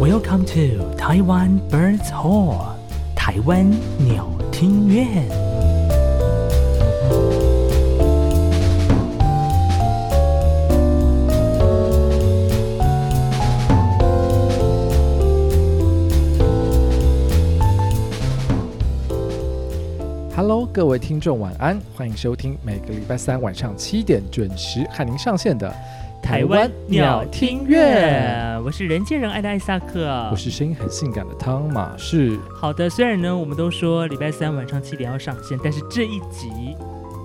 Welcome to Taiwan Birds Hall，台湾鸟听院。 Hello，各位听众，晚安！欢迎收听每个礼拜三晚上七点准时和您上线的啊乐，，我是人见人爱的艾萨克我。是声音很性感的汤马士。好的，虽然呢，我们都说礼拜三晚上七点要上线，但是这一集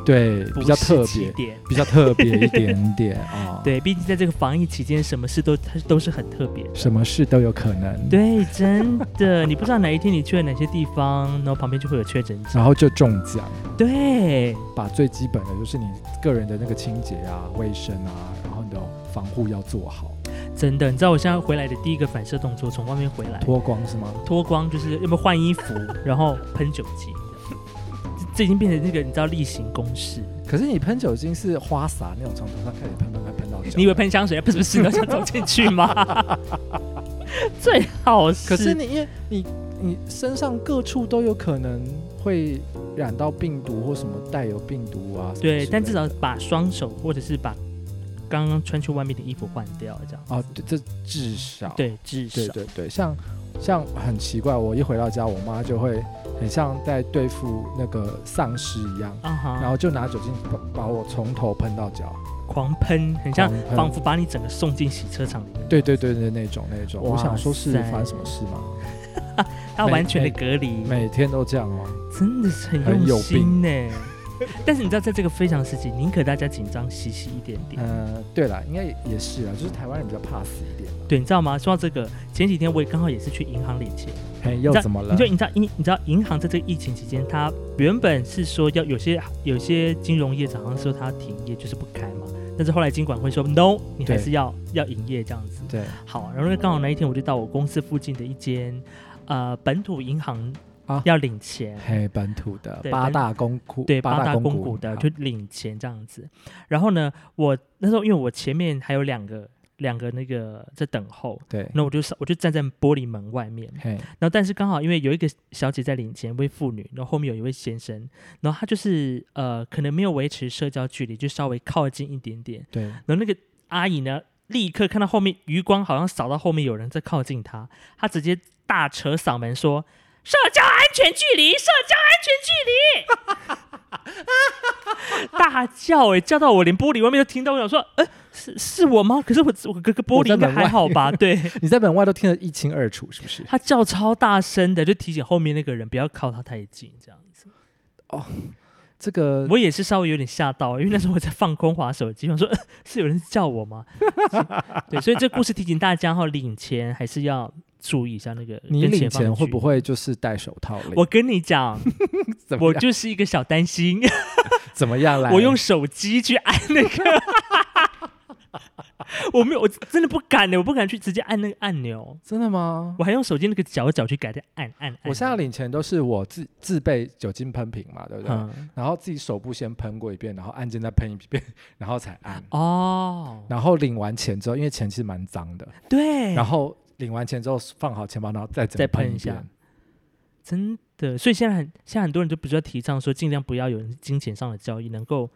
对，不比较是特七别，点。比较特别一点点啊。， 对，毕竟在这个防疫期间，什么事都它都是很特别的。什么事都有可能。， 对，真的，你不知道哪一天你去了哪些地方，然后旁边就会有确诊 者。然后就中奖，对，把最基本的就是你个人的那个清洁啊、卫生啊，然后你的防护要做好。真的，你知道我现在回来的第一个反射动作，从外面回来脱光是吗？脱光，就是要不换衣服，然后喷酒精， 这这已经变成那个你知道例行公事。可是你喷酒精是花洒那种，从头上开始喷喷喷喷到脚。你以为喷香水不是不是你都想走进去吗？ 最好是，可是你因为你你身上各处都有可能会染到病毒或什么带有病毒啊。什么之类对，的但至少把双手或者是把刚刚穿去外面的衣服换掉，这样。啊，对，这至少对，至少对对对，像像很奇怪，我一回到家，我妈就会很像在对付那个丧尸一样，啊哈，然后就拿酒精把把我从头喷到脚。狂喷，很像狂喷仿佛把你整个送进洗车场里面。对对对对，那种那种，我哇想说是塞发生什么事吗？它完全的每隔离，每天都这样哦。真的是很很用有心呢。 但是你知道，在这个非常时期，宁可大家紧张兮兮一点点。呃，对了，应该也也是啊，就是台湾人比较怕死一点嘛。对，你知道吗？说到这个，前几天我也刚好也是去银行领钱，嘿，你又知道怎么了你就？你知道银，你知道银行在这个疫情期间，它原本是说要有些有些金融业者好像说它停业，就是不开嘛。但是后来金管会说 no，你还对是要要营业这样子。对好，然后呢，刚好那一天我就到我公司附近的一间呃本土银行啊要领钱，嘿，本土的对八本大公股，对八大公公股的好就领钱这样子。然后呢，我那时候因为我前面还有两个两个那个在等候，对，那我就上我就站在玻璃门外面，嘿，然后但是刚好因为有一个小姐在领钱，一位妇女，然后后面有一位先生，然后他就是呃可能没有维持社交距离，就稍微靠近一点点，对，然后那个阿姨呢，立刻看到后面余光好像扫到后面有人在靠近她，她直接大扯嗓门说：“社交安全距离，社交安全距离！” 大叫哎、叫到我连玻璃外面都听到，我想说，呃，是是我吗？可是我我哥哥玻我璃在应该门外还好吧？ 对，你在本外都听得一清二楚，是 不是？她叫超大声的，就提醒后面那个人不要靠她太近，这样子。这个我也是稍微有点吓到，因为那时候我在放空滑手机，我 说呃是有人叫我吗？ 对，所以这故事提醒大家哈，领钱还是要注意一下那个你跟领方的钱会距不离？会就是戴手套领？我跟你讲，怎么我样就是一个小担心， 怎么样来？我用手机去按那个，我没有，我真的不敢的，我不敢去直接按那个按钮，真的吗？我还用手机那个角角去改的按按按。 我现在领钱都是我自自备酒精喷瓶嘛，对不对？嗯然后自己手部先喷过一遍，然后按键再喷一遍， 然后才嗯按。哦，然后领完钱之后，因为钱其实蛮脏的，对，然后领完钱之后放好钱包，然后再整哎再个喷喷一下遍真的，所以现在很现在很多人就比较提倡说，尽量不要有金钱上的交易，能够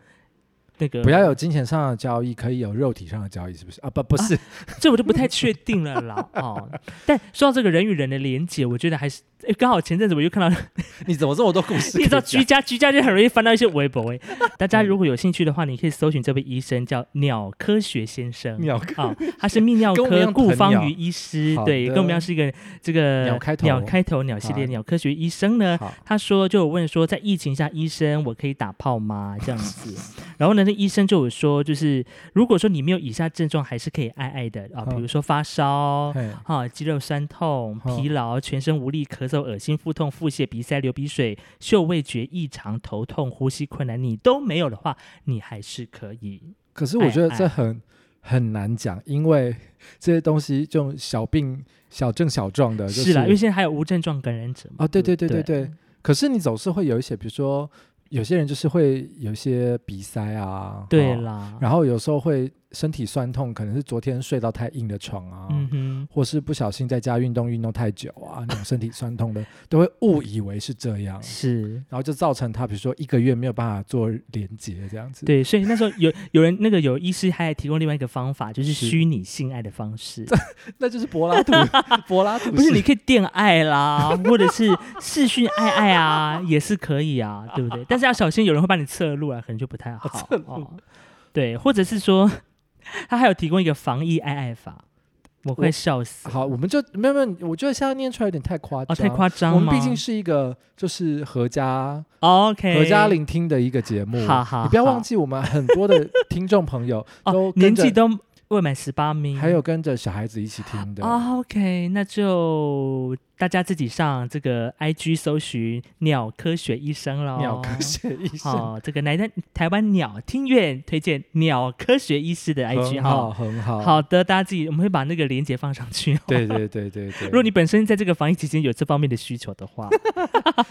那个不要有金钱上的交易，可以有肉体上的交易，是不是？啊，不，不是， 这我就不太确定了啦。 哦，但说到这个人与人的连接，我觉得还是诶刚好前阵子我又看到， 你怎么这么多故事？你知道居家居家就很容易翻到一些微博诶。大家如果有兴趣的话，你可以搜寻这位医生叫鸟科学先生。 鸟啊、他是泌尿 跟我们一科样顾疼鸟方瑜医师，好对，的跟我们要是一个这个鸟开头鸟开头鸟系列好鸟科学医生呢，好，他说就有问说，在疫情下，医生我可以打炮吗？这样子，然后呢，那医生就有说，就是如果说你没有以下症状，还是可以爱爱的啊，比如说发烧。嘿哈、肌肉酸痛、嗯疲劳、全身无力、咳嗽、恶心、腹痛、腹泻、鼻塞、流鼻水、嗅味觉异常、头痛、呼吸困难，你都没有的话，你还是可以。可是我觉得哎这很很难讲，因为 这些东西这种小病、小症、小状的，呃就是啦，因为现在还有无症状感染者嘛。哦，对对对对对对。可是你总是会有一些，比如说有些人就是会有一些鼻塞啊，对哦啦，然后有时候会身体酸痛，可能是昨天睡到太硬的床啊，嗯哼，或是不小心在家运动运动太久啊，那种身体酸痛的，都会误以为是这样，是。然后就造成他比如说一个月没有办法做连接这样子。对，所以那时候 有有人那个有医师还提供另外一个方法，就是是虚拟性爱的方 式，那就是柏 拉图，柏拉图不是式你可以电爱啦，或者是视讯爱爱啊，也是可以啊，对不对？但是要小心，有人会把你侧录啊，可能就不太好。哦、对，或者是说，他还有提供一个防疫爱爱法，我快我笑死好，我们就没有没有，我觉得现在念出来有点太夸哦，张，太夸张我了。们毕竟是一个就是合家 OK 合家聆听的一个节目，好好你不要好忘记我们很多的听众朋友都哦，跟年着纪都未满十八名，还有跟着小孩子一起听的。哦、OK，那就大家自己上这个 IG 搜寻“鸟科学医生”喽。鸟科学医生，好，这个来自台湾鸟听院推荐鸟科学医师的 IG 很哈好，。很好，好的，大家自己我们会把那个链接放上去、哦。对对对对对。如果你本身在这个防疫期间有这方面的需求的话，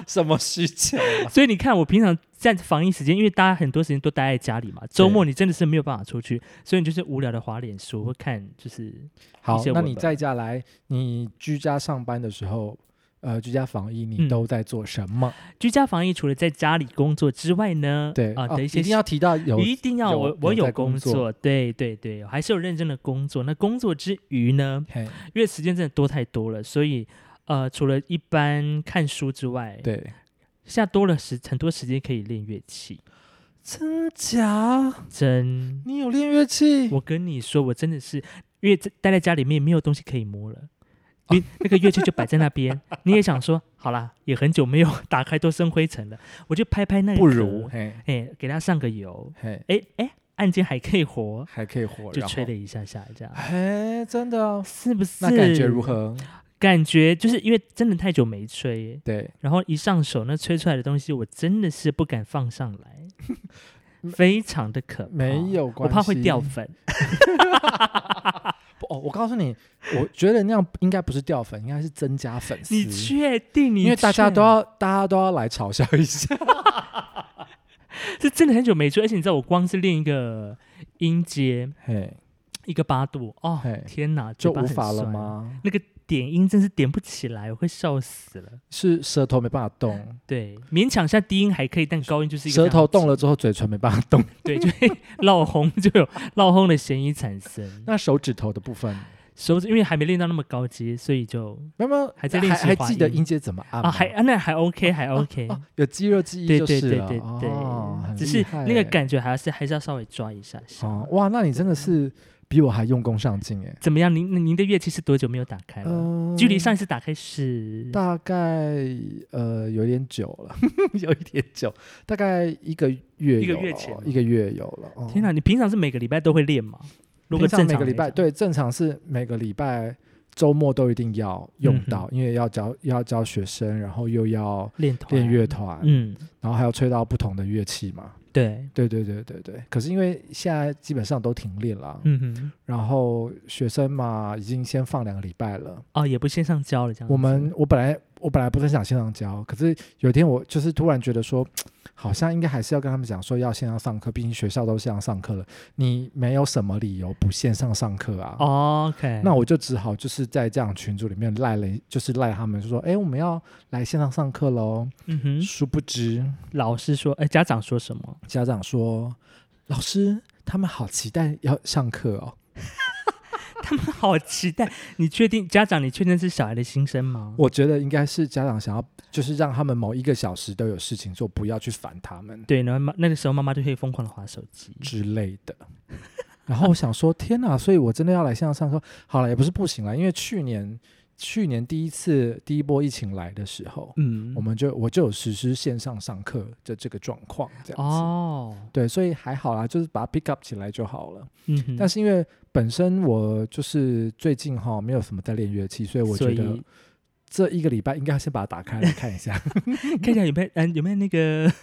什么需求啊？所以你看我平常在防疫时间，因为大家很多时间都待在家里嘛，周末你真的是没有办法出去，所以你就是无聊的滑脸书或看就是好一些，那文你吧在家来，你居家上班的时候，呃，居家防疫，你嗯都在做什么？居家防疫，除了在家里工作之外呢，对啊、哦的一些一定要提到有一定要有我有我有在工工作作，对对对，我还是有认真的工作。那工作之余呢，嘿，因为时间真的多太多了，所以呃，除了一般看书之外，，对，现在多了时很多时间可以练乐器。真假？真，你有练乐器？我跟你说，我真的是因为在待在家里面没有东西可以摸了。因为那个乐器就摆在那边，你也想说，好啦，也很久没有 打开，都生灰尘了，我就拍拍那个不壳如，嘿，哎，给它上个油，嘿，哎哎，按键还可以活，还可以活，就然后吹了一下下，这样嘿，真的哦，是不是？那感觉如？何？感觉就是因为真的太久没吹，对，然后一上手那吹出来的东西，我真的是不敢放上 来，非常的可怕。没，有我关系，怕会掉粉。不。哦，我告诉你，我觉得那样应该不是掉粉，应该是增加粉丝。你确定你确？因为大家都要，大家都要来嘲笑一下。 是真的很久没吹，而且你知道，我光是练一个音阶，嘿，一个八度，哦嘿，天哪，就嘴巴无很啊法了酸？吗？那个点音真是点不起来，我会笑死了。是舌头没办法动，对，勉强下低音还可以，但高音就是一个舌头动了，了之后嘴唇没办法 动。对，就会闹红，就有闹红的嫌疑产生。那手指头的部分，手指因为还没练到那么高阶，所以就有没有还在还练习还滑记得音音阶怎么按啊吗还啊那还 OK 还 OK，、哦有肌肉记忆对就对是对了。对对，哦很只厉是害那个欸感觉还是还是要稍微抓一下下。哦，哇，那你真的是比我还用功上进哎。怎么样？您您的乐器是多久没有打开了？嗯，距离上一次打开是大概呃有点久了， 有一点久，大概一个月一个有月了前了一个月有了。哦天哪！你平常是每个礼拜都会练吗？如果平常正每常个礼拜来讲，对正常是每个礼拜周末都一定要嗯用到，因为要教要教学生，然后又要练团练乐，团，嗯，然后还要吹到不同的乐器嘛。对，对对对对对。可是因为现在基本上都停练了，嗯哼，然后学生嘛已经先放两个礼拜了。哦，也不线上教了这样子。我们我本来我本来不是想线上教，可是有一天我就是突然觉得说，好像应该还是要跟他们讲说要线上上课，毕竟学校都线上上课了，你没有什么理由不线上上课啊。哦 OK，那我就只好就是在这样群组里面赖了，就是赖他们，就说：“哎、我们要来线上上课喽。嗯哼，殊不知老师说，哎，家长说什么？ 家长说：“老师，他们好期待要上课哦。好期待！你确定家长？你确定是小孩的心声吗？”我觉得应该是家长想要，就是让他们某一个小时都有事情做，不要去烦他们对，然后妈那个时候妈妈就会疯狂的划手机。之类 的。然后我想说：“天哪！”所以我真的要来线上上课。好了，也不是不行了，因为去年去年第一次第一波疫情来的时候，嗯我们就我就有实施线上上课的这个状况，这样子。哦，对，所以还好啦，就是把它 pick up 起来就好了。嗯哼，但是因为本身我就是最近哈没有什么在练乐器，所以我所觉以得这一个礼拜应该先把它打开来 看一下，看一下有没有嗯有没有那个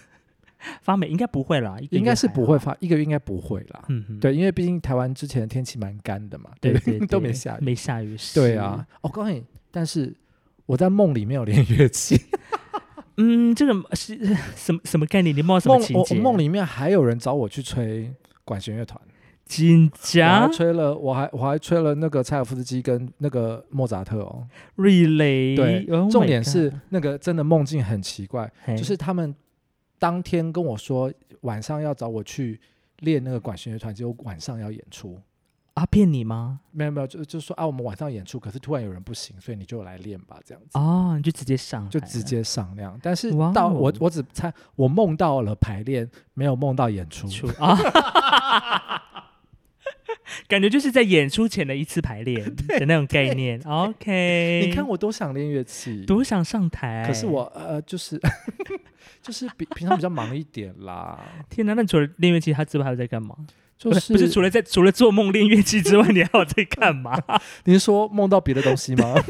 发霉，应该不会啦，一个应该是月还不会好。发，一个月应该不会啦。嗯哼，对，因为毕竟台湾之前的天气蛮干的嘛，对不对 都没对下雨。没下雨是。对啊，，我告诉你，但是我在梦里面有练乐器，嗯，这个是 什么什么概念？你冒什么梦情我我节？梦里面还有人找我去吹管弦乐团。紧我张还吹了，我还我还吹了那个柴可夫斯基跟那个莫扎特哦。 ，relay，对 Oh my 重点是 God 那个真的梦境很奇怪，嘿就是他们当天跟我说晚上要找我去练那个管弦乐团，结果晚上要演出。啊骗你吗？没有没有，就就说啊，我们晚上演出，可是突然有人不行，所以你就来练吧，这样子。哦，你就直接上，就直，接上那样，但是哇到哦我我只猜我梦到了排练，没有梦到演出。出 啊，感觉就是在演出前的一次排 练的那种概念。OK，你看我多想练乐器，多想上台，可是我呃就是 就是比平常比较忙一点啦，天哪！那除了练乐器，他之外还有在干嘛？ 就不是不是除了在除了做梦练乐器之外，你还有在干 嘛？你是说梦到别的东西吗？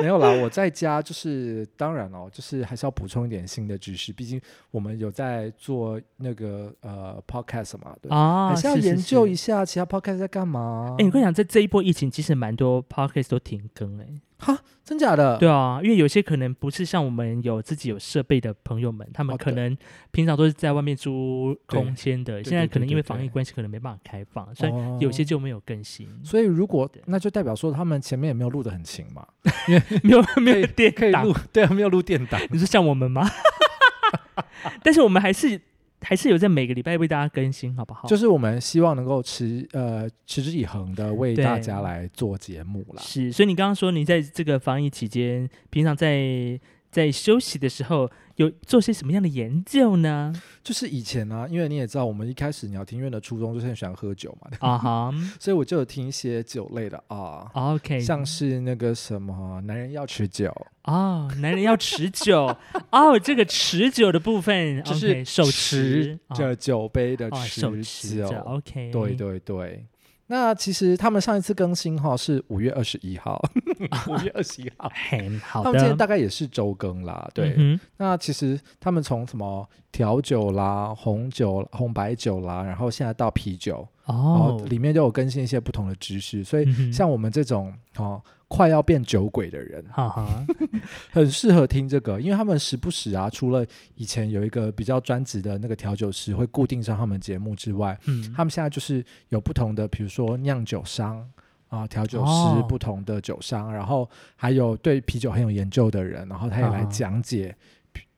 没有啦，我在家就是当然哦，就是还是要补充一点新的知识，毕竟我们有在做那个呃 podcast 嘛，对，啊，还是要研究一下。下其他 podcast 在干嘛。哎、我跟你讲，在这一波疫情，其实蛮多 podcast 都停更哎、哈，真假的？对啊，因为有些可能不是像我们有自己有设备的朋友们，他们哦可对能平常都是在外面租对空间的，对现在对可能对因为对防疫对关系，可能没办法开放，所以哦有些就没有更新，所以如果对那就代表说他们前面也没有录的很勤嘛， 没有没可有以电可以档录。， 对啊，没有录电档。你说像我们吗？ 但是我们还是还是有在每个礼拜为大家更新，好不好？就是是我们希望能够持呃持之以恒的为对大家来做节目啦。是，所以你刚刚说你在这个防疫期间，平常在在休息的时候，有做些什么样的研究呢？就是以前啊，因为你也知道，我们一开始鸟庭院的初衷就是很喜欢喝酒嘛，啊 哈所以我就有听一些酒类的啊， ，OK，像是那个什么啊男人要持久，哦，男人要持久 哦，这个持久的部分就 OK，是手持持啊着酒杯的哦哦，手持久，着 OK，对对对。那其实他们上一次更新哈是五月二十 一号，五月二十一号，啊很好他们今天的，大概也是周更啦，对。嗯那其实他们从什么调酒啦、红酒、红白酒啦，然后现在到啤酒，哼，然后哦，里面就有更新一些不同的知识，所以嗯哼像我们这种哦快要变酒鬼的人，哈哈，很适合听这个，因为他们时不时啊，除了以前有一个比较专职的那个调酒师会固定上他们节目之外，嗯，他们现在就是有不同的，比如说酿酒商。啊，调酒哦师不同的酒商，然后还有对啤酒很有研究的人，然后他也来啊讲解，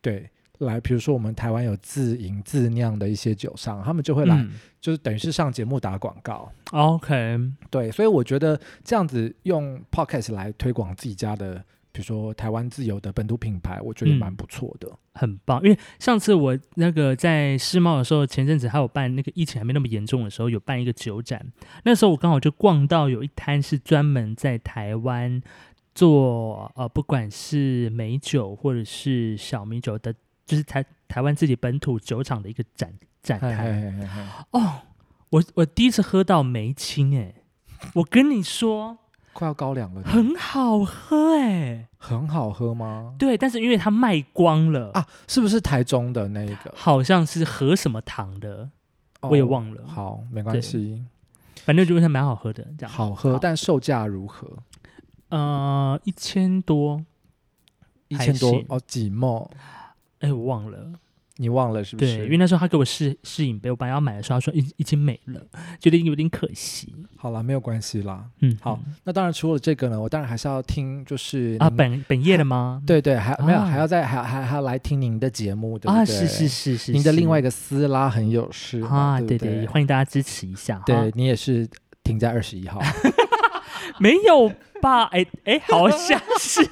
对，来，比如说我们台湾有自营自酿的一些酒商，他们就会来，嗯就是等于是上节目打广告， OK，对，所以我觉得这样子用 podcast 来推广自己家的，比如说台湾自由的本土品牌，我觉得也蛮嗯不错的。很棒，因为上次我那个在世贸的时候，前阵子还有办那个疫情还没那么严重的时候，有办一个酒展。那时候我刚好就逛到有一摊是专门在台湾做呃，不管是美酒或者是小米酒的，就是台台湾自己本土酒厂的一个展展嗨台。嗨嗨嗨哦，我我第一次喝到梅青哎、我跟你说快要高粱了，很好喝哎、很好喝吗？对，但是因为它卖光了。啊，是不是台中的那一个？好像是和什么糖的，我也了。忘了，哦好，没对关系，反正就是它蛮好喝的，这样。好喝，好但售价如何？呃，一千多，一还千多行哦，几毛？哎、我忘了，你忘了是不对，因为是？那时候他给我试试饮杯，我本来要买的时候，他说已已经没了，觉得有点可惜。好啦，没有关系啦。嗯，好嗯那当然，除了这个呢，我当然还是要听，就是啊，您本本业的吗？对对，还没有，啊还要再还还还要来听您的节目，对不对？啊，是是是是，您的另外一个个撕拉很有事嘛啊，对对啊不对对，，欢迎大家支持一下哈。 对你也是停在二十一 号，没有吧？哎哎，好像是。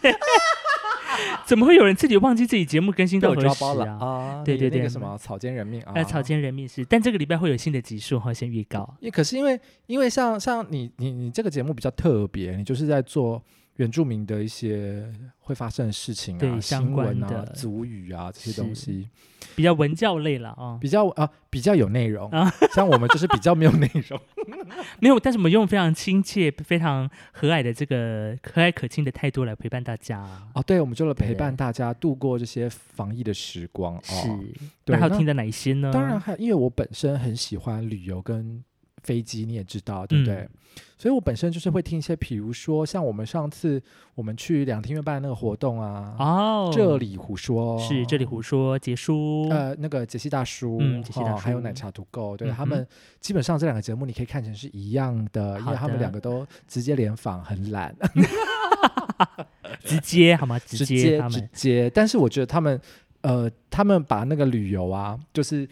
怎么会有人自己忘记自己节目更新被到我何抓时包了啊？啊！对你对那对个什么草菅人命啊，呃，草。菅人命是，但这个礼拜会有新的集数哈，先预告。也可是因为因为像像你你你这个节目比较特别，你就是在做原住民的一些会发生的事情啊、对相新闻关啊的、族语啊这些是东西，比较文教类了啊、比较啊比较有内容啊。像我们就是比较没有内 容。没有，但是我们用非常亲切、非常和蔼的这个和蔼可亲的态度来陪伴大家。哦，对，我们就来陪对伴大家度过这些防疫的时光哦。是，那对还有那听到哪一些呢？当然还因为我本身很喜欢旅游跟飞机，你也知道，对不对？嗯所以我本身就是会听一些，比如说像我们上次我们去两厅院办的那个活动啊，哦，这里胡说是这里胡说结束，呃，那个杰西大叔，嗯杰西大哦还有叔奶茶独购，对、嗯他哼们基本上这两个节目你可以看成是一样的，因好为他们的两个都直接联访，很懒，直接好吗？接直接他直们接。但是我觉得他们，呃，他们把那个旅游啊，就是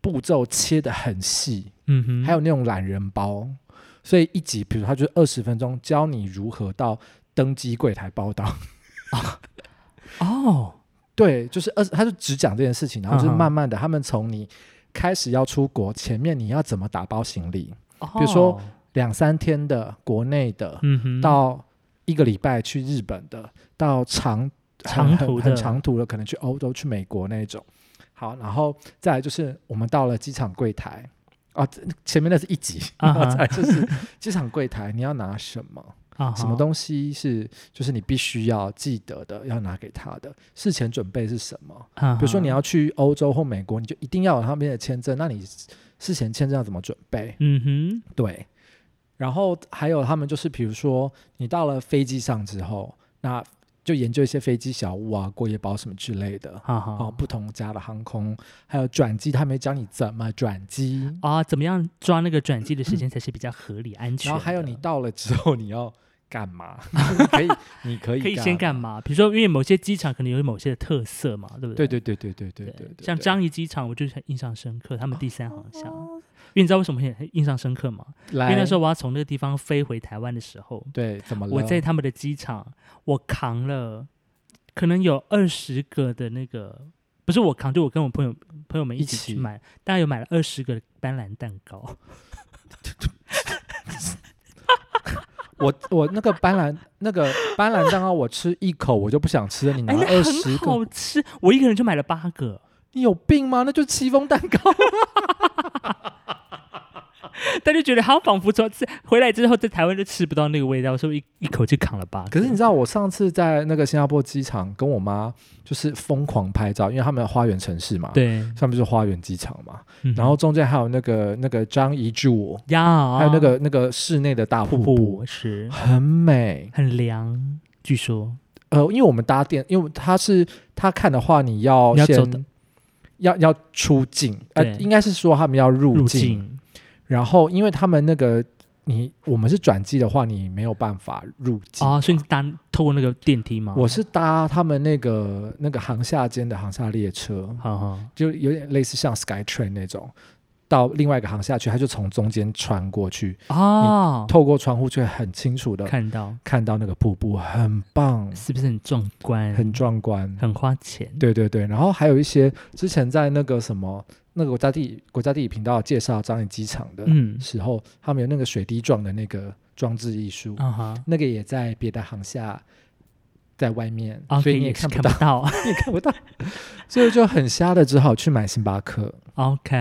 步骤切得很细，嗯哼，还有那种懒人包，所以一集，比如他就二十分钟，教你如何到登机柜台报道。哦， 对，就是二十，他就只讲这件事情，然后就是嗯哼慢慢的，他们从你开始要出国，前面你要怎么打包行李。比哦如说，两三天的国内的，哦嗯哼，到一个礼拜去日本的，到长长很很途的很长途的，可能去欧洲、去美国那种。好，然后再来就是我们到了机场柜台啊，这前面那是一集，啊然哈后 再来就是机场柜台你要拿什么，啊什么哈东西是就是你必须要记得的，要拿给他的，事前准备是什么？啊比如说你哈，要去欧洲或美国，你就一定要有他们的签证，那你事前签证要怎么准备？嗯哼，对，然后还有他们就是，比如说你到了飞机上之后，那就研究一些飞机小物啊、过夜包什么之类的。好哦，好不同家的航空，还有转机，他们也教你怎么转机。啊，怎么样抓那个转机的时间才是比较合理安全嗯的？然后还有你到了之后你要 干嘛？你可以，你可以，可以先干？嘛？比如说，因为某些机场可能有某些的特色嘛，对不对对对对对对对对，对像张仪机场，我就是很印象深刻，他们第三航厦。因为你知道为什么很很印象深刻吗？因来为那时候我要从那个地方飞回台湾的时候，对怎么了？我在他们的机场，我扛了可能有二十个的那个，不是我扛，就我跟我朋友朋友们一起一起去买，大概有买了二十个斑斓蛋糕。我我那个斑斓那个斑斓蛋糕，我吃一口我就不想吃了。你拿哎，那二十很个好吃，我一个人就买了八个，你有病吗？那就是戚风蛋糕。但就觉得好像仿佛说吃回来之后在台湾就吃不到那个味道，所以我一一口就扛了八个。可是你知道，我上次在那个新加坡机场跟我妈就是疯狂拍照，因为他们有花园城市嘛，，对，上面就是花园机场嘛，嗯然后中间还有那个那个张仪柱，呀，还有那个那个室内的大瀑布，不是很美。很凉，据说呃，因为我们搭电，因为它是它看的话，你要你要先走的要要出境，呃对，应该是说他们要入入境，境然后因为他们那个你我们是转机的话，你没有办法入境啊，所以嘛你搭透过那个电梯吗？我是搭他们那个那个航厦间的航厦列车，好好就有点类似像 Sky Train 那种，到另外一个航厦去，它就从中间穿过去，哦，透过窗户却很清楚的看到看到那个瀑布，很棒，是不是很壮观，很壮观。很花钱？对对对，然后还有一些之前在那个什么那个国家地国家地理频道介绍樟宜机场的嗯，时候，他们有那个水滴状的那个装置艺术，啊哈，那个也在别的航厦在外面，啊，所以你也也是看不看到不。到。也看不到， 所以就很瞎的，只好去买星巴克， OK，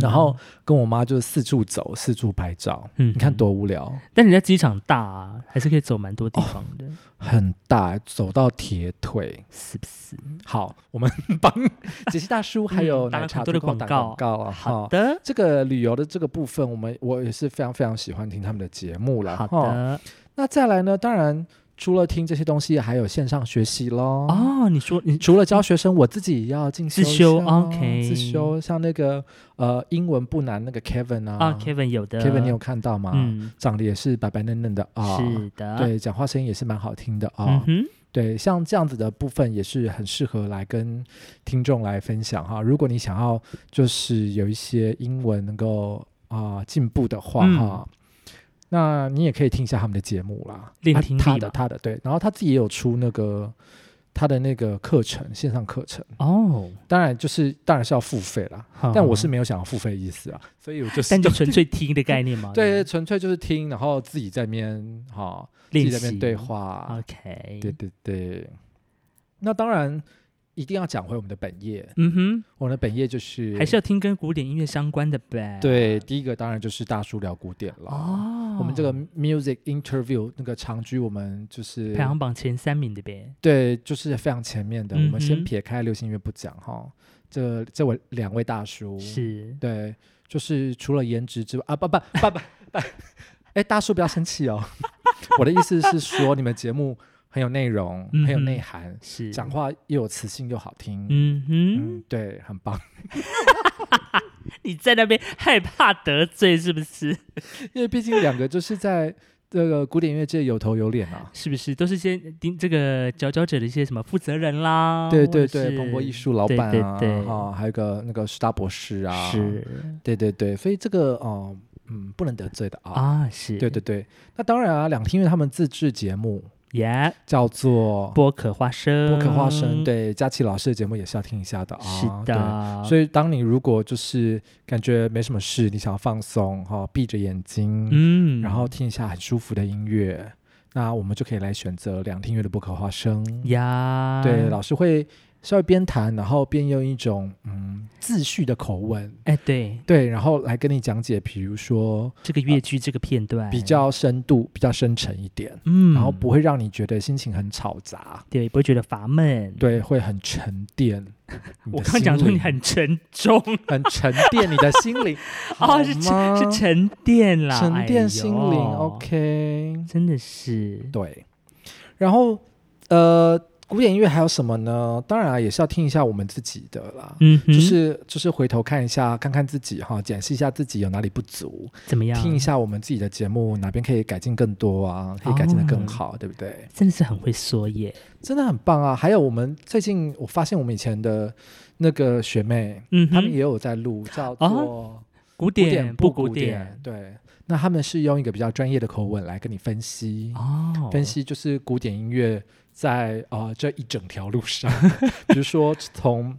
然后跟我妈就是四处走，四处拍照。嗯，你看，多无聊，但你在机场大啊，还是可以走蛮多地方的，很大，走到铁腿。是不是？好，我们 帮杰西大叔还有嗯打了奶茶很多的提供打广告广告啊，好哈。的，这个旅游的这个部分，我们我也是非常非常喜欢听他们的节目了。好哈的。那再来呢？当然，除了听这些东西，还有线上学习喽。哦，你说你除了教学生，我自己也要进修自修一下哦，OK 自修像那个呃英文不难那个 Kevin 啊啊，Kevin 有的 Kevin 你有看到吗？嗯，长得也是白白嫩嫩的啊，是的，，对，讲话声音也是蛮好听的啊，嗯哼，对，像这样子的部分也是很适合来跟听众来分享哈。如果你想要就是有一些英文能够啊进步的话嗯哈。那你也可以听一下他们的节目啦，练他听力他的嘛他的对，然后他自己也有出那个他的那个课程线上课程，哦，当然就是当然是要付费啦，好但我是好没有想要付费的意思啊，所以我就是嗯但就纯粹听的概念嘛， 对，不纯粹就是听，然后自己在那边哈，自练己习啊在那边对话， ，OK，对对对。那当然一定要讲回我们的本业，嗯我们的本业就哼，是还是要听跟古典音乐相关的呗，对，第一个当然就是大叔聊古典了。哦，我们这个 music interview 那个长居，我们就是排行榜前三名的呗，对，就是非常前面的。我嗯们哼哦先撇开流行音乐不讲哈，这这位两位大叔是对，就是除了颜值之外啊，不不不不不，哎，大叔不要生气哦。 我的意思是说，你们节目很有内容，很有内嗯涵，是，讲话又有磁性又好听。嗯哼，嗯，对，很棒。 你在那边害怕得罪是不是？ 因为毕竟两个就是在这个古典音乐界有头有脸 啊。是不是都是一些盯这个佼佼者的一些什么负责人啦？对或者对对，哦是彭博艺术老对板啊，对对哦，还有个那个师大博士啊，，是对对对，所以这个哦，嗯，不能得罪的啊。啊，是，对对对，那当然啊，两厅因为他们自制节目耶，叫做剥壳花生，播哦客花生，，对佳琪老师的节目也是要听一下的啊。嗯是对的，所以当你如果就是感觉没什么事，你想要放松哈、闭着眼睛，嗯，然后听一下很舒服的音乐，那我们就可以来选择两厅院的不可花生。呀，对，老师会稍微边弹，然后边用一种嗯自序的口吻，哎，对，对，然后来跟你讲解，比如说这个越剧这个片段啊比，较深度、比较深沉一点，哎嗯，然后不会让你觉得心情很吵杂，对，不会觉得乏闷。，对，会很沉 淀你的心灵。我刚讲说你很沉重很沉淀你的心灵 哦，是沉是沉淀啦，沉哎淀心灵、呦 OK。真的是对，然后呃，古典音乐还有什么呢？当然啊，也是要听一下我们自己的啦。嗯哼，就是就是回头看一下，看看自己哈，检视一下自己有哪里不足，怎么样？听一下我们自己的节目哪边可以改进更多啊，可以改进的哦更好，对不对？真的是很会说耶。真的很棒啊！还有我们最近我发现我们以前的那个学妹，嗯哼，哦她们也有在录，叫做古古典不古古典，对。那他们是用一个比较专业的口吻来跟你分析哦，分析就是古典音乐在啊、呃这一整条路 上，比如说从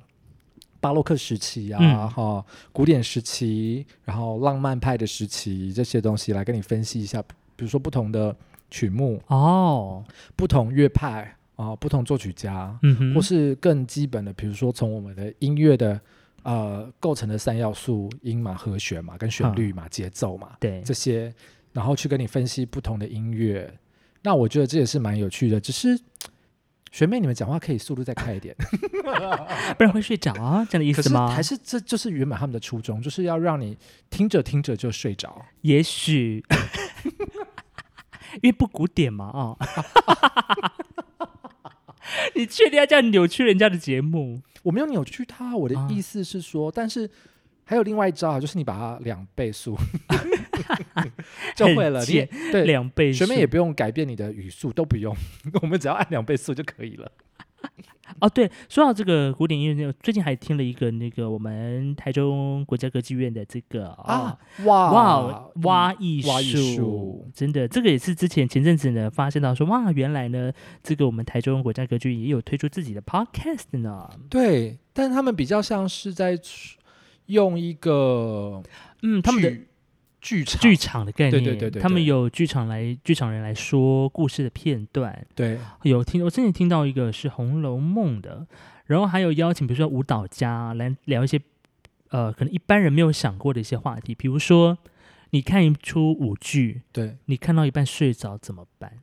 巴洛克时期啊，嗯哈、古典时期，然后浪漫派的时期这些东西来跟你分析一下，比如说不同的曲目、哦，不同乐派啊、不同作曲家，嗯哼，或是更基本的，比如说从我们的音乐的呃构成的三要素——音嘛、和弦嘛、跟旋律嗯嘛、节奏嘛，对，这些，然后去跟你分析不同的音乐。那我觉得这也是蛮有趣的，只是学妹你们讲话可以速度再快一点，不然会睡着啊，这样的意可思是吗？还是这就是原本他们的初衷，就是要让你听着听着就睡着。也许， 因为不古典嘛，哦。 你确定要这样扭曲人家的节目？我没有扭曲它，我的啊意思是说，但是还有另外一招啊，就是你把它两倍 速就会了。很你也对，两倍学妹速也不用改变你的语速，都不用， 我们只要按两倍速就可以了。哦，对，说到这个古典音乐，最近还听了一个那个我们台中国家歌剧院的这个啊哦，哇哇哦嗯哇艺哇艺术术，真的，这个也是之前前阵子呢发现到说，哇，原来呢，这个我们台中国家歌剧也有推出自己的 podcast 呢。对，但是他们比较像是在出用一个嗯，他们的剧剧场剧场的概对念，对对对他们对有剧场来剧场人来说故事的片段，对有听我之前听到一个是《红楼梦》的，然后还有邀请比如说舞蹈家来聊一些呃可能一般人没有想过的一些话题，比如说你看一出舞剧，对，你看到一半睡着怎么办？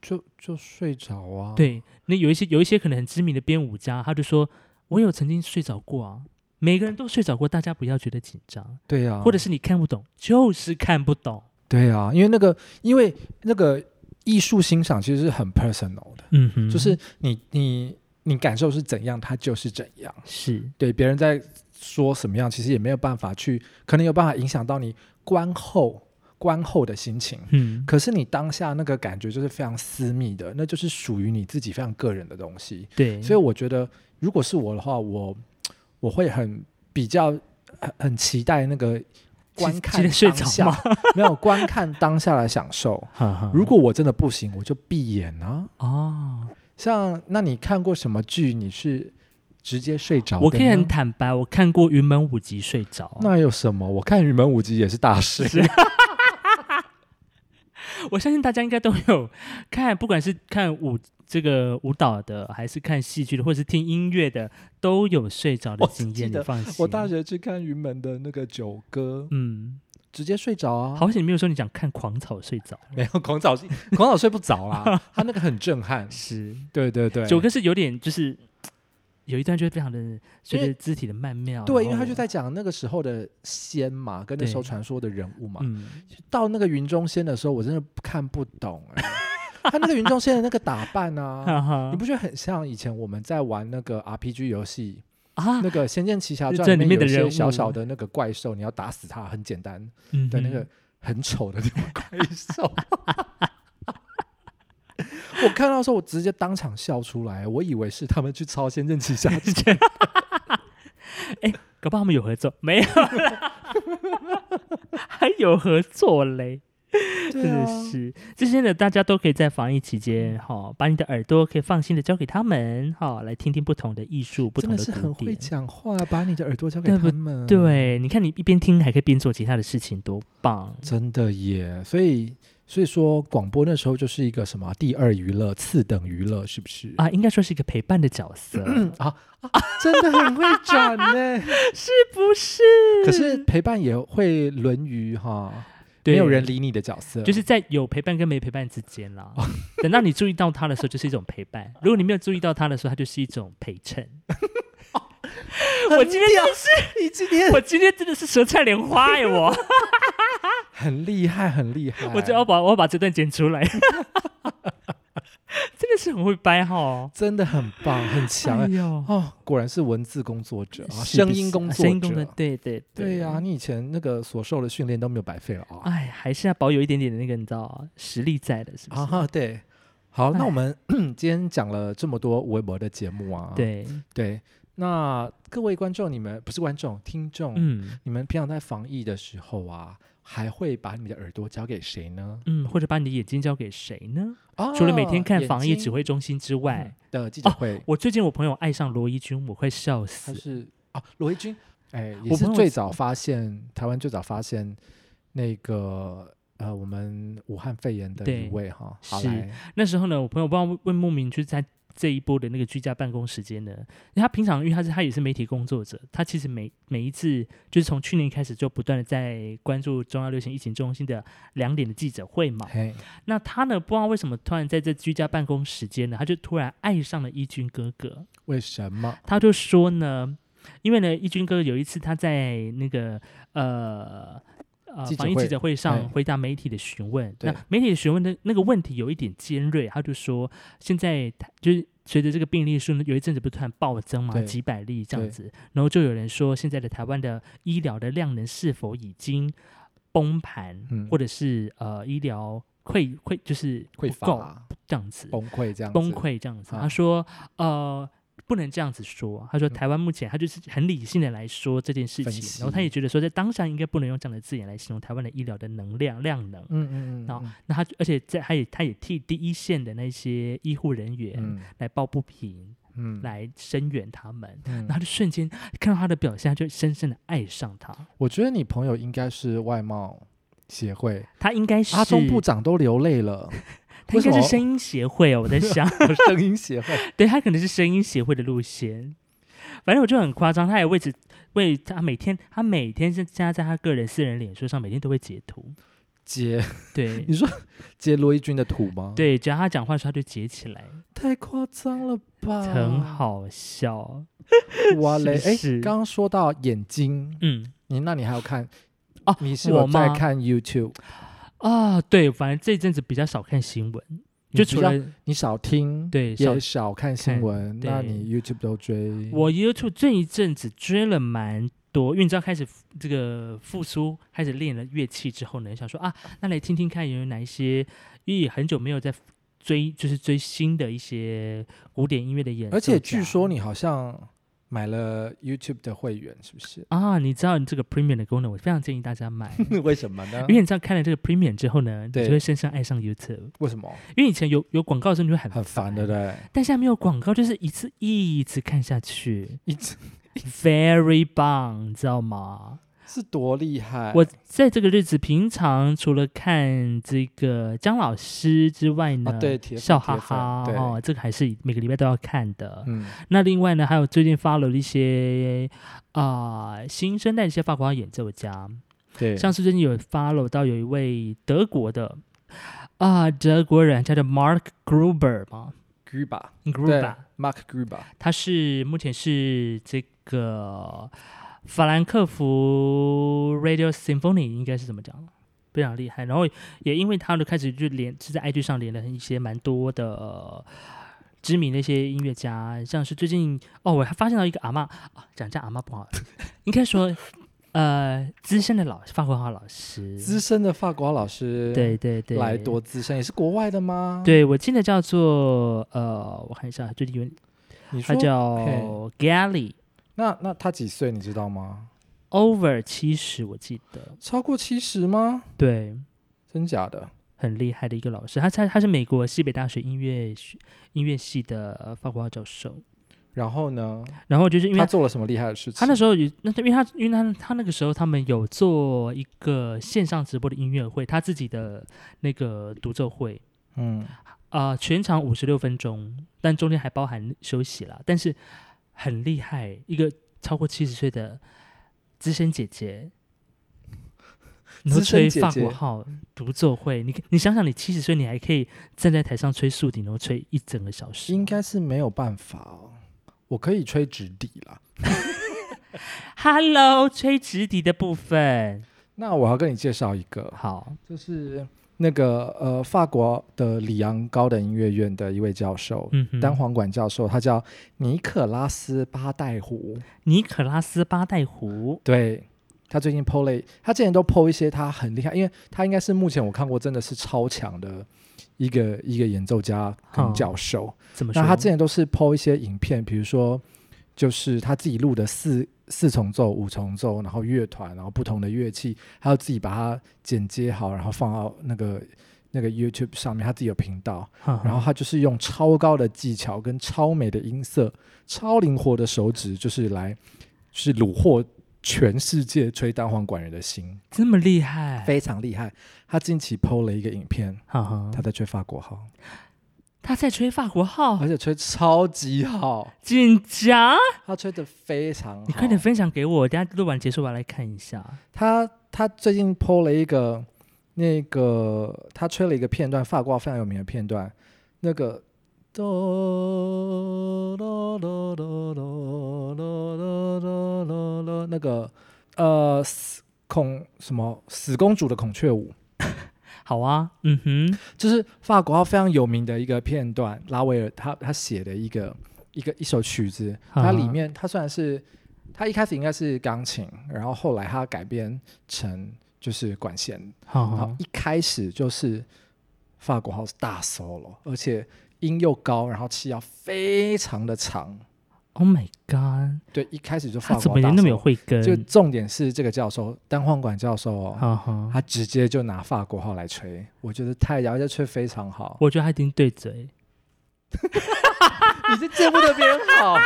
就就睡着啊。，对，那有一些有一些可能很知名的编舞家，他就说我有曾经睡着过啊。每个人都睡着过，大家不要觉得紧张，对啊，或者是你看不懂，就是看不懂。对啊，因为那个因为那个艺术欣赏其实是很 personal 的，嗯哼，就是你你你感受是怎样，它就是怎样。是，对，别人在说什么样，其实也没有办法去，可能有办法影响到你观后观后的心情。嗯，可是你当下那个感觉就是非常私密的，那就是属于你自己非常个人的东西。对，所以我觉得，如果是我的话，我我会很比较很很期待那个观期看待睡当着下吗， 没有观看当下来享受。如果我真的不行，我就闭眼啊。哦，像那你看过什么剧？你是直接睡着的呢？哦我可以很坦白，我看过云门舞集睡着，那有什么？我看《云门舞集》也是 大事。 我相信大家应该都有看，不管是看舞这个舞蹈的，还是看戏剧的，或者是听音乐的，都有睡着的我经记验，你得放心。我大学去看云门的那个九歌，嗯，直接睡着啊。好险没有说你想看狂草睡着，。没有 孔早，孔啊早睡不着啦，他那个很震撼是对对对，九哥是有点就是有一段就会非常的随着肢体的曼妙。对，因为然他后就在讲那个时候的仙嘛，跟那时候传说的人物嘛。嗯，到那个云中仙的时候，我真的看不懂、 哎他那个云中仙的那个打扮啊，哈哈你不觉得很像以前我们在玩那个 RPG 游戏，啊，那个《仙剑奇侠就传这》里面面的有一些人小物小的那个怪兽，你要打死它很简单嗯的那哼个很丑的那种怪兽。 我看到的时候，我直接当场笑出来，我以为是他们去抄《仙剑奇侠 传》哎搞不好他们有合作，没有啦， 还有合作嘞，真对啊，的是这些呢，大家都可以在防疫期嗯间哈、把你的耳朵可以放心的交给他们哈、来听听不同的艺术，不真同的的是古很会典。讲话，把你的耳朵交给对不他们。，对，你看你一边听还可以边做其他的事情，多棒！真的耶。所以，所以说广播那时候就是一个什么第二娱乐、次等娱乐，是不是？啊啊，应该说是一个陪伴的角色，嗯真的很会转呢。 是不是？可是陪伴也会沦于哈，对没有人理你的角色，就是在有陪伴跟没陪伴之间 啦。等到你注意到他的时候，就是一种陪伴；如果你没有注意到他的时候，他就是一种陪衬。很我今天屌真的是，你今天我今天真的是舌灿莲花耶！ 我，很厉害，很厉害。我就要把我要把这段剪出来， 真的是很会掰哈。真的很棒，很强哎哎。呦，哦，果然是文字工作者，啊是不声音是工啊作声音工作者，。对对对呀、你以前那个所受的训练都没有白费了啊。哎，还是要保有一点点的那个你知道实力在的，是不啊是？哈，对。好，那哎我们 今天讲了这么多微博的节目啊，对，对，那各位观众，你们不是观众，听众，嗯你们平常在防疫的时候啊，还会把你们的耳朵交给谁呢？嗯，或者把你的眼睛交给谁呢？啊，除了哦每天看防疫眼指睛挥中心之外，嗯的记者会，我最近我朋友爱上罗伊军，我快笑他死。是啊，罗一军，哎，也我是朋友最是早发现台湾最早发现那个呃，我们武汉肺炎的一对位哈，好是来，那时候呢，我朋友不知道为莫名就是在这一波的那个居家办公时间呢，因为他平常因为他是他也是媒体工作者，他其实每每一次就是从去年开始就不断的在关注中央流行疫情中心的两点的记者会嘛。嘿，那他呢不知道为什么突然在这居家办公时间呢，他就突然爱上了伊军哥哥。为什么？他就说呢，因为呢，义军哥有一次他在那个呃呃记者防疫会记者会哎上回答媒体的询问，对那媒体的询问的那个问题有一点尖锐，他就说现在他就是。随着这个病例数呢，有一阵子不是突然暴增嘛，对几百例这样对子，然后就有人说，现在的台湾的医疗的量能是否已经崩盘，嗯或者是呃医疗溃溃就是不匮够乏、哦这样子，崩溃这样子，崩溃这样子。啊嗯他说，呃，不能这样子说。他说，台湾目前他就是很理性的来说这件事分情，然后他析也觉得说，在当下应该不能用这样的字眼来形容台湾的医疗的能量量能。嗯，嗯嗯然后嗯，那他而且在他也他也替第一线的那些医护人员嗯来抱不平，嗯，来声援他们。嗯然后就瞬间看到他的表现，他就深深的爱上他。我觉得你朋友应该是外贸协会，他应该是阿中部长都流 泪了，他应该为什么是声音协会哦，我在 想。声音协会，对他可能是声音协会的路线。反正我就很夸张，他也为此为他每天他每天是加在他个人私人脸书上，每天都会截图，截对你说截罗一军的图吗？，对，只要他讲话的时候他就截起来，太夸张了吧？很，好笑。哇是嘞！哎是，刚刚说到眼睛，嗯你那你还有看哦你是否我吗在看 YouTube？啊，对，反正这一阵子比较少看新闻，哦你就比除较了你少听，对少也少看新看闻，对那你 YouTube 都追？我 YouTube 这一阵子追了蛮多，因为你知道开始复这个复苏，开始练了乐器之后呢，想说啊，哦那来听听看有哪一些，因为也很久没有在追，就是追新的一些古典音乐的演奏家。而且据说你好像买了 YouTube 的会员，是不是？啊，你知道你这个 Premium 的功能，我非常建议大家 买。为什么呢 因为你知道看了这个 Premium 之后呢，你对就会深深爱上 YouTube。为什么？因为以前有有广告的时候你会很很烦，对不对？但现在没有广告，就是一次一直看下去 一直，very 棒，你知道吗？是多厉害！我在这个日子，平常除了看这个姜老师之外呢，啊对铁粉笑哈哈铁粉对哦，这个还是每个礼拜都要看的。嗯，那另外呢，还有最近 follow 了一些啊、新生代的一些法国演奏家，对，像是最近有 follow 到有一位德国的啊、德国人，叫做 Mark Gruber 嘛， Gruba，对 Gruba， ，Mark Gruba，他是目前是这个法兰克福 Radio Symphony，应该是怎么讲？非常厉害。然后也因为他就开始就连是在 IG 上连了一些蛮多的、呃知名的一些音乐家，像是最近哦，我还发现到一个阿嬷，啊，讲这阿嬷不好， 应该说呃资深的老法国话老师，资深的法国老师，，对对对，来多资深，也是国外的吗？，对，我记得叫做呃，我看一下，最近有你他说叫嘿 Gally。那那他几岁你知道吗？ over 七十，我记得，超过七十吗？对，真假的？很厉害的一个老师，他他他是美国西北大学音乐学音乐系的呃法国话教授，然后呢？然后就是因为他他做了什么厉害的事情？他那时候有那因为他因为他他那个时候他们有做一个线上直播的音乐会，他自己的那个独奏会，嗯，啊，全场五十六分钟，但中间还包含休息啦。但是很厉害，一个超过七十岁的资深姐姐，然后资深吹姐法姐国号独奏会，你你想想，你七十岁，你还可以站在台上吹竖笛，然后吹一整个小时。应该是没有办法哦。我可以吹直笛啦。 Hello，吹直笛的部分，那我要跟你介绍一个，好，就是那个呃，法国的里昂高等音乐院的一位教授，嗯哼，单簧管教授，他叫尼可拉斯巴代胡。尼可拉斯八代胡，对，他最近 PO 了，他之前都 PO 一些他很厉害，因为他应该是目前我看过真的是超强的一个一个演奏家跟嗯教授。怎么说？那他之前都是 PO 一些影片，比如说就是他自己录的四四重奏、五重奏，然后乐团，然后不同的乐器，还有自己把它剪接好，然后放到那个那个 YouTube 上面，他自己有频道。哼，然后他就是用超高的技巧跟超美的音色、超灵活的手指，就是来就是虏获全世界吹单簧管人的心，这么厉害，非常厉害。他近期 PO 了一个影片，哈哈他，在吹法国号，他在吹法国号而，且吹超级好，紧张。他吹的非常好。你快点分享给我，我等下录完结束我要来看一下。他他最近 PO 了一个那个他吹了一个片段，法国号非常有名的片段，那个。哆哆哆哆哆哆哆哆哆哆，那个呃，死孔什么死公主的孔雀舞，好啊，嗯哼，就是法国号非常有名的一个片段，拉威尔他他写的一个一个一首曲子，啊它里面它虽然是它一开始应该是钢琴，然后后来它改编成就是管弦，好然后好一开始就是法国号是大 solo，而且音又高，然后气要非常的长， ，Oh my god，对，一开始就他法国啊怎号么大能那么有 solo。慧根？就重点是这个教授单簧管教授哦，好好，他直接就拿法国号来吹，我觉得太然后就吹非常好。我觉得他一定对嘴，你是见不得别人好。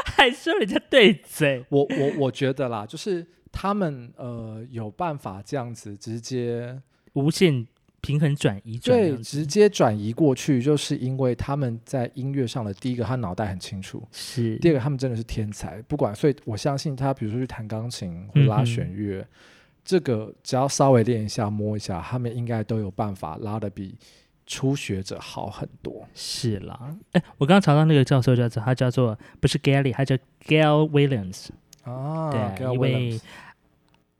还说人家对嘴， 我我我觉得啦，就是他们呃有办法这样子直接无限平衡转移转对样子，直接转移过去，就是因为他们在音乐上的第一个，他脑袋很清楚；是第二个，他们真的是天才，不管所以我相信他，比如说去弹钢琴或嗯拉弦乐，这个只要稍微练一下、摸一下，他们应该都有办法拉的比初学者好很多。是啦。哎，我刚刚查到那个教授叫做他叫做不是 Gally，他叫 Gail Williams，啊对，一位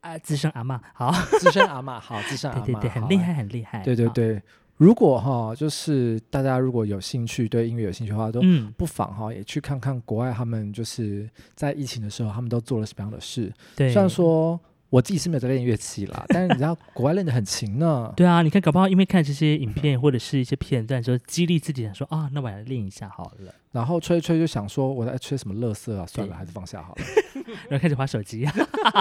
啊资深阿嬷，好，资深阿嬷，好，资深阿对嬷，对对，很好厉害很厉害，对对好，对，如果哈，就是大家如果有兴趣对音乐有兴趣的话，都嗯，不妨哈也去看看国外他们就是在疫情的时候他们都做了什么样的事。对，虽然说我自己是没有在练乐器啦，但是你知道国外练的很勤呢。 对啊，你看，搞不好因为看这些影片或者是一些片段，之后，激励自己想说啊，那我来练一下好了，然后吹一吹就想说我在吹什么乐色啊，算了，对还是放下好了。 然后开始划手机，啊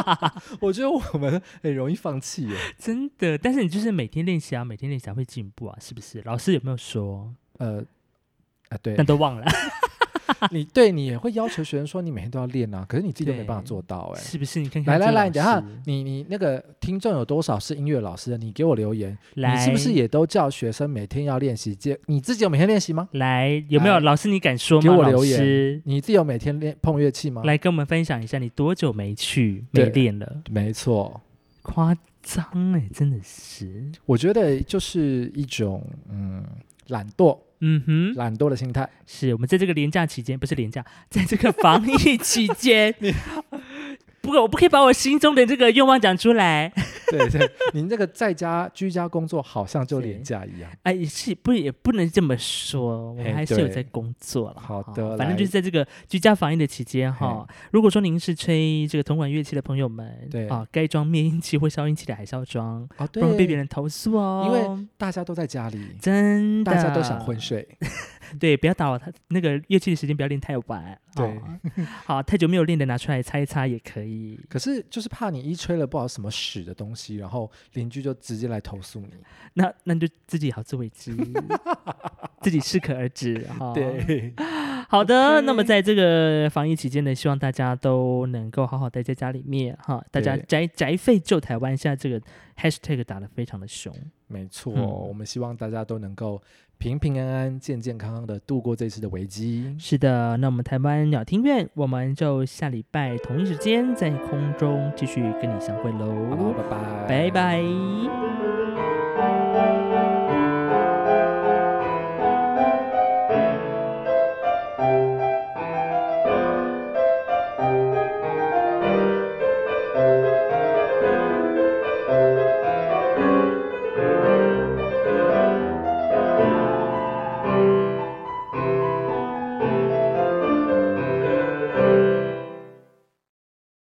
我觉得我们很容易放弃耶。 真的。但是你就是每天练习啊，每天练习啊，会进步啊，是不是？老师有没有说？呃。啊，对但，都忘了，你对你也会要求学生说你每天都要练啊，可是你自己都没对办法做到 哎、是不是？你看看来这来个老来，师，等一下你你那个听众有多少是音乐老师的？你给我留言，来，你是不是也都叫学生每天要练习接？你自己有每天练习吗？来？有没有来老师你敢说吗？给我老留言师你自己有每天练碰乐器吗？，来跟我们分享一下，你多久没去没对练了？没错，夸欸张哎、真的是我觉得就是一种嗯懒惰，嗯哼，懒惰的心态。是我们在这个廉假期间，不是廉假， 在这个防疫期 间，不过我不可以把我心中的这个愿望讲出来。 对对，您这个在家居家工作好像就廉 价一样。哎，也是不也不能这么说，我嘿们还是有对在工作了。好哈的反正来就是在这个居家防疫的期间哈。如果说您是吹这个铜管乐器的朋友们，对啊，该装灭音器或消音器的还是要装，不哦，对，然会被别人投诉哦。因为大家都在家里，真的，大家都想昏睡。对，不要打扰他那个乐器的时间，不要练太晚。对哦好，太久没有练的拿出来擦一擦也可以。可是就是怕你一吹了不好什么屎的东西，然后邻居就直接来投诉你。那那你就自己好自为 之，自己适可而止。哈。，对，好的。那么在这个防疫期间呢，希望大家都能够好好待在家里面哈。大家对宅宅废救台湾，现在这个 hashtag 打得非常的凶。没错，嗯我们希望大家都能够平平安安、健健康康的度过这次的危机。是的，那我们台湾鸟听院，我们就下礼拜同一时间在空中继续跟你相会好了，喽，拜拜，拜拜